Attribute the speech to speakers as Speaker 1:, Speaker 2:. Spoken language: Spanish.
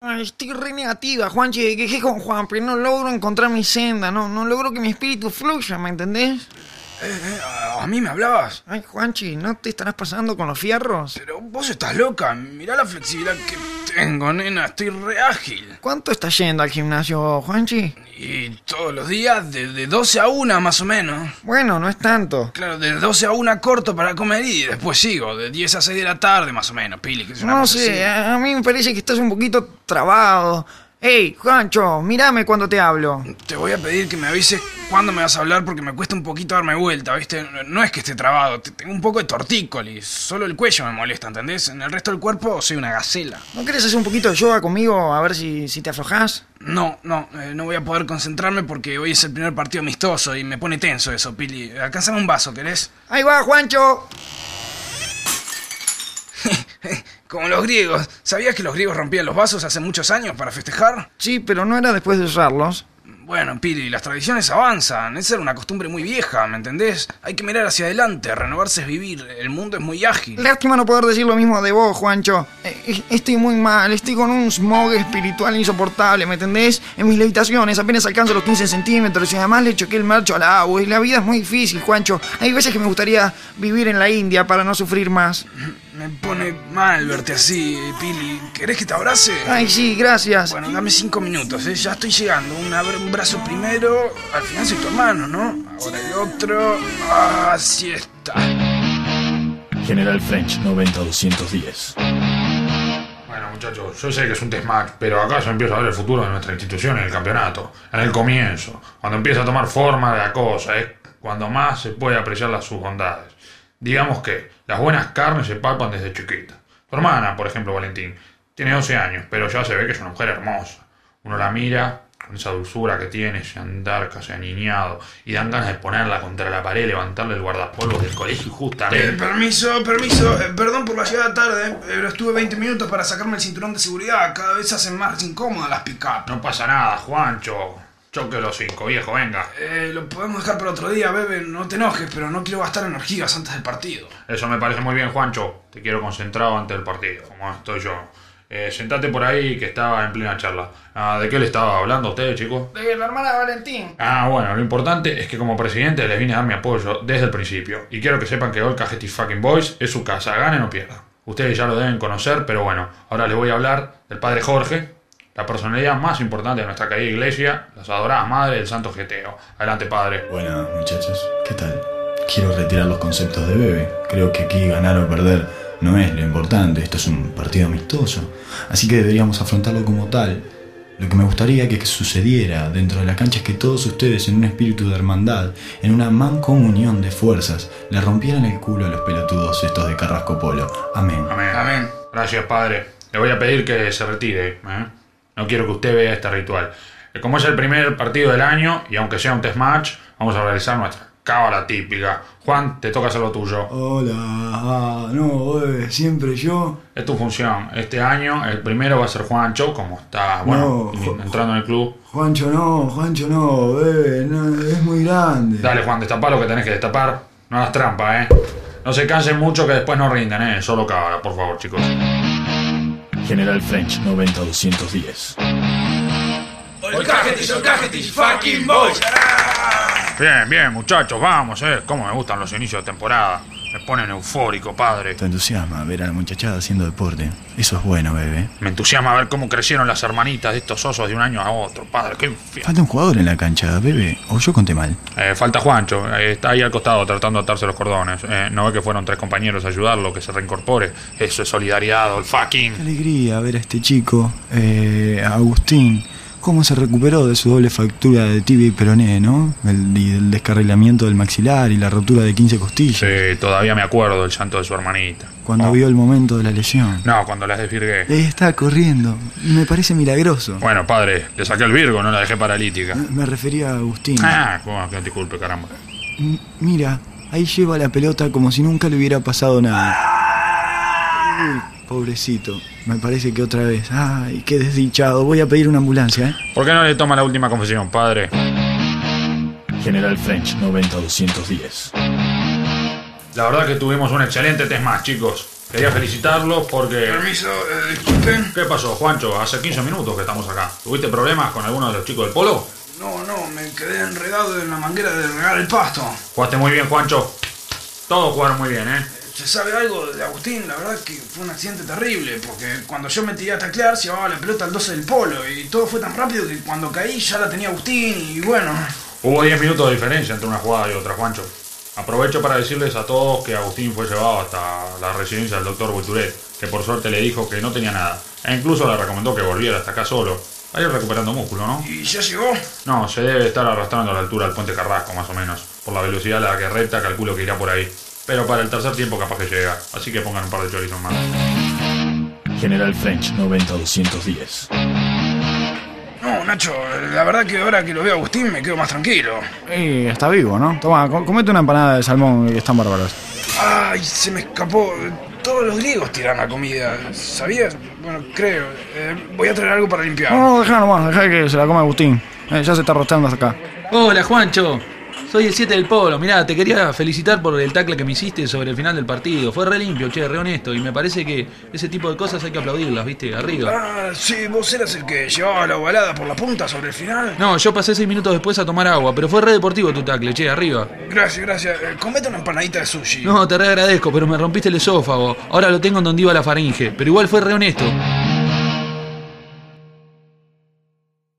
Speaker 1: Ay, Ah, estoy re negativa, Juanchi, de quejé con Juan, pero no logro encontrar mi senda, no, no logro que mi espíritu fluya, ¿me entendés?
Speaker 2: Eh, a mí me hablabas.
Speaker 1: Ay, Juanchi, ¿no te estarás pasando con los fierros?
Speaker 2: Pero vos estás loca. Mirá la flexibilidad que tengo, nena. Estoy re ágil.
Speaker 1: ¿Cuánto estás yendo al gimnasio, vos, Juanchi?
Speaker 2: Y todos los días, de, de 12 a 1 más o menos.
Speaker 1: Bueno, no es tanto.
Speaker 2: Claro, de 12 a 1 corto para comer y después sigo. De 10 a 6 de la tarde más o menos, Pili. Que es una
Speaker 1: No eh.
Speaker 2: cosa
Speaker 1: sé,
Speaker 2: así.
Speaker 1: a a mí me parece que estás un poquito trabado. Ey, Juancho, mírame cuando te hablo.
Speaker 2: Te voy a pedir que me avises cuándo me vas a hablar porque me cuesta un poquito darme vuelta, ¿viste? No- No es que esté trabado. te- Tengo un poco de tortícolis. Solo el cuello me molesta, ¿entendés? En el resto del cuerpo soy una gacela.
Speaker 1: ¿No querés hacer un poquito de yoga conmigo a ver si, si te aflojás?
Speaker 2: No, no, eh, no voy a poder concentrarme porque hoy es el primer partido amistoso y me pone tenso eso, Pili. Alcánzame un vaso, ¿querés?
Speaker 1: Ahí va, Juancho.
Speaker 2: Como los griegos. ¿Sabías que los griegos rompían los vasos hace muchos años para festejar?
Speaker 1: Sí, pero no era después de usarlos.
Speaker 2: Bueno, Pili, las tradiciones avanzan. Esa era una costumbre muy vieja, ¿me entendés? Hay que mirar hacia adelante, renovarse es vivir. El mundo es muy ágil.
Speaker 1: Lástima no poder decir lo mismo de vos, Juancho. Eh, eh, Estoy muy mal, estoy con un smog espiritual insoportable, ¿me entendés? En mis levitaciones apenas alcanzo los 15 centímetros y además le choqué el marcho al agua. Y la vida es muy difícil, Juancho. Hay veces que me gustaría vivir en la India para no sufrir más.
Speaker 2: Me pone mal verte así, Pili. ¿Querés que te abrace?
Speaker 1: Ay, sí, gracias.
Speaker 2: Bueno, dame cinco minutos, ¿eh? ya estoy llegando. Un, abra- un brazo primero, al final soy tu hermano, ¿no? Ahora el otro. Ah, así está.
Speaker 3: General French 90210.
Speaker 4: Bueno, muchachos, yo sé que es un test match, pero acá yo empiezo a ver el futuro de nuestra institución en el campeonato, en el comienzo, cuando empieza a tomar forma la cosa, es cuando más se puede apreciar las sus bondades. Digamos que las buenas carnes se palpan desde chiquita. Tu hermana, por ejemplo, Valentín, tiene 12 años, pero ya se ve que es una mujer hermosa. Uno la mira con esa dulzura que tiene, ese andar casi aniñado, y dan ganas de ponerla contra la pared, levantarle el guardapolvos del colegio y
Speaker 2: Eh,
Speaker 4: justamente...
Speaker 2: permiso, permiso. Eh, perdón por la llegada tarde, eh, pero estuve 20 minutos para sacarme el cinturón de seguridad. Cada vez se hacen más incómodas las pick
Speaker 4: No pasa nada, Juancho. Choque los cinco, viejo, venga.
Speaker 2: Eh, lo podemos dejar para otro día, bebé. No te enojes, pero no quiero gastar energías antes del partido.
Speaker 4: Eso me parece muy bien, Juancho. Te quiero concentrado antes del partido, como estoy yo. Eh, sentate por ahí que estaba en plena charla. Ah, ¿De qué le estaba hablando a ustedes, chicos?
Speaker 1: la hermana de Valentín.
Speaker 4: Ah, bueno, lo importante es que como presidente les vine a dar mi apoyo desde el principio. Y quiero que sepan que hoy Cajetis Fucking Boys es su casa, ganen o pierdan. Ustedes ya lo deben conocer, pero bueno, ahora les voy a hablar del padre Jorge, la personalidad más importante de nuestra querida iglesia, las adoradas madres del santo Geteo. Adelante, padre.
Speaker 3: Buenas muchachos, ¿qué tal? Quiero retirar los conceptos de Bebe. Creo que aquí ganar o perder no es lo importante, esto es un partido amistoso. Así que deberíamos afrontarlo como tal. Lo que me gustaría que sucediera dentro de la cancha es que todos ustedes, en un espíritu de hermandad, en una mancomunión de fuerzas, le rompieran el culo a los pelotudos estos de Carrasco Polo. Amén.
Speaker 4: Amén.
Speaker 2: Amén.
Speaker 4: Gracias, padre. Le voy a pedir que se retire. ¿eh? No quiero que usted vea este ritual. Eh, Como es el primer partido del año, y aunque sea un test match, vamos a realizar nuestra cábala típica. Juan, te toca hacer lo tuyo.
Speaker 3: Hola, ah, no, Bebe, siempre yo.
Speaker 4: Es tu función. Este año, el primero va a ser Juancho, como está,
Speaker 3: No,
Speaker 4: bueno,
Speaker 3: Ju-
Speaker 4: entrando en el club.
Speaker 3: Juancho no, Juancho no, Bebe, no, es muy grande.
Speaker 4: Dale, Juan, destapá lo que tenés que destapar. No hagas trampa, ¿eh? No se cansen mucho que después no rindan, ¿eh? Solo cábala, por favor, chicos.
Speaker 3: General French 90210.
Speaker 2: Olcajetis, Olcajetis, fucking boys.
Speaker 4: Bien, bien, muchachos, vamos, ¿eh? Cómo me gustan los inicios de temporada. Me ponen eufórico, padre.
Speaker 3: Te entusiasma ver a la muchachada haciendo deporte. Eso es bueno, bebé.
Speaker 4: Me entusiasma ver cómo crecieron las hermanitas de estos osos de un año a otro, padre. Qué infierno.
Speaker 3: Falta un jugador en la cancha, bebé. O yo conté mal.
Speaker 4: Eh, falta Juancho, eh, está ahí al costado tratando de atarse los cordones. Eh, no ve que fueron tres compañeros a ayudarlo, que se reincorpore. Eso es solidaridad, el
Speaker 3: Qué
Speaker 4: fucking.
Speaker 3: alegría ver a este chico, eh, a Agustín. Cómo se recuperó de su doble factura de tibia y peroné, ¿no? El, y el descarrilamiento del maxilar y la rotura de 15 costillas.
Speaker 4: Sí, todavía me acuerdo del llanto de su hermanita.
Speaker 3: Cuando
Speaker 4: Oh,
Speaker 3: vio el momento de la lesión.
Speaker 4: No, cuando las desvirgué.
Speaker 3: Le está corriendo. Me parece milagroso.
Speaker 4: Bueno, padre, le saqué el virgo, no la dejé paralítica.
Speaker 3: Me refería a Agustín.
Speaker 4: Ah, bueno, que no te culpe, caramba.
Speaker 3: M- Mira, ahí lleva la pelota como si nunca le hubiera pasado nada. Uy, pobrecito, me parece que otra vez. Ay, qué desdichado. Voy a pedir una ambulancia, ¿eh?
Speaker 4: ¿Por qué no le toma la última confesión, padre?
Speaker 3: General French, 90210.
Speaker 4: La verdad que tuvimos un excelente test más, chicos. Quería felicitarlos porque...
Speaker 2: Permiso, eh, disculpen.
Speaker 4: ¿Qué pasó, Juancho? Hace 15 minutos que estamos acá. ¿Tuviste problemas con alguno de los chicos del polo?
Speaker 2: No, no, me quedé enredado en la manguera de regar el pasto.
Speaker 4: Jugaste muy bien, Juancho. Todos jugaron muy bien, ¿eh?
Speaker 2: Se sabe algo de Agustín, la verdad que fue un accidente terrible, porque cuando yo me tiré a taclear se llevaba la pelota al 12 del polo y todo fue tan rápido que cuando caí ya la tenía Agustín y bueno.
Speaker 4: Hubo 10 minutos de diferencia entre una jugada y otra, Juancho. Aprovecho para decirles a todos que Agustín fue llevado hasta la residencia del doctor Buturet, que por suerte le dijo que no tenía nada, e incluso le recomendó que volviera hasta acá solo. Va a ir recuperando músculo, ¿no?
Speaker 2: ¿Y ya llegó?
Speaker 4: No, se debe estar arrastrando a la altura del puente Carrasco, más o menos. Por la velocidad a la que recta, calculo que irá por ahí. Pero para el tercer tiempo capaz que llega, así que pongan un par de chorizos más.
Speaker 3: General French 90210.
Speaker 2: No, Nacho, la verdad que ahora que lo veo a Agustín me quedo más tranquilo.
Speaker 1: Y Eh, está vivo, ¿no? Toma, co- comete una empanada de salmón que están bárbaros.
Speaker 2: Ay, se me escapó. Todos los griegos tiran la comida, ¿sabías? Bueno, creo. Eh, voy a traer algo para limpiar.
Speaker 1: No, no, dejá nomás, dejá que se la coma Agustín. Eh, ya se está arrastrando hasta acá.
Speaker 5: Hola Juancho, soy el 7 del Polo. Mirá, te quería felicitar por el tackle que me hiciste sobre el final del partido. Fue re limpio, che, re honesto. Y me parece que ese tipo de cosas hay que aplaudirlas, viste, arriba.
Speaker 2: Ah, sí, vos eras el que llevaba la ovalada por la punta sobre el final.
Speaker 5: No, yo pasé 6 minutos después a tomar agua, pero fue re deportivo tu tackle, che, arriba.
Speaker 2: Gracias, gracias. Eh, comete una empanadita de sushi.
Speaker 5: No, te re agradezco, pero me rompiste el esófago. Ahora lo tengo en donde iba la faringe, pero igual fue re honesto.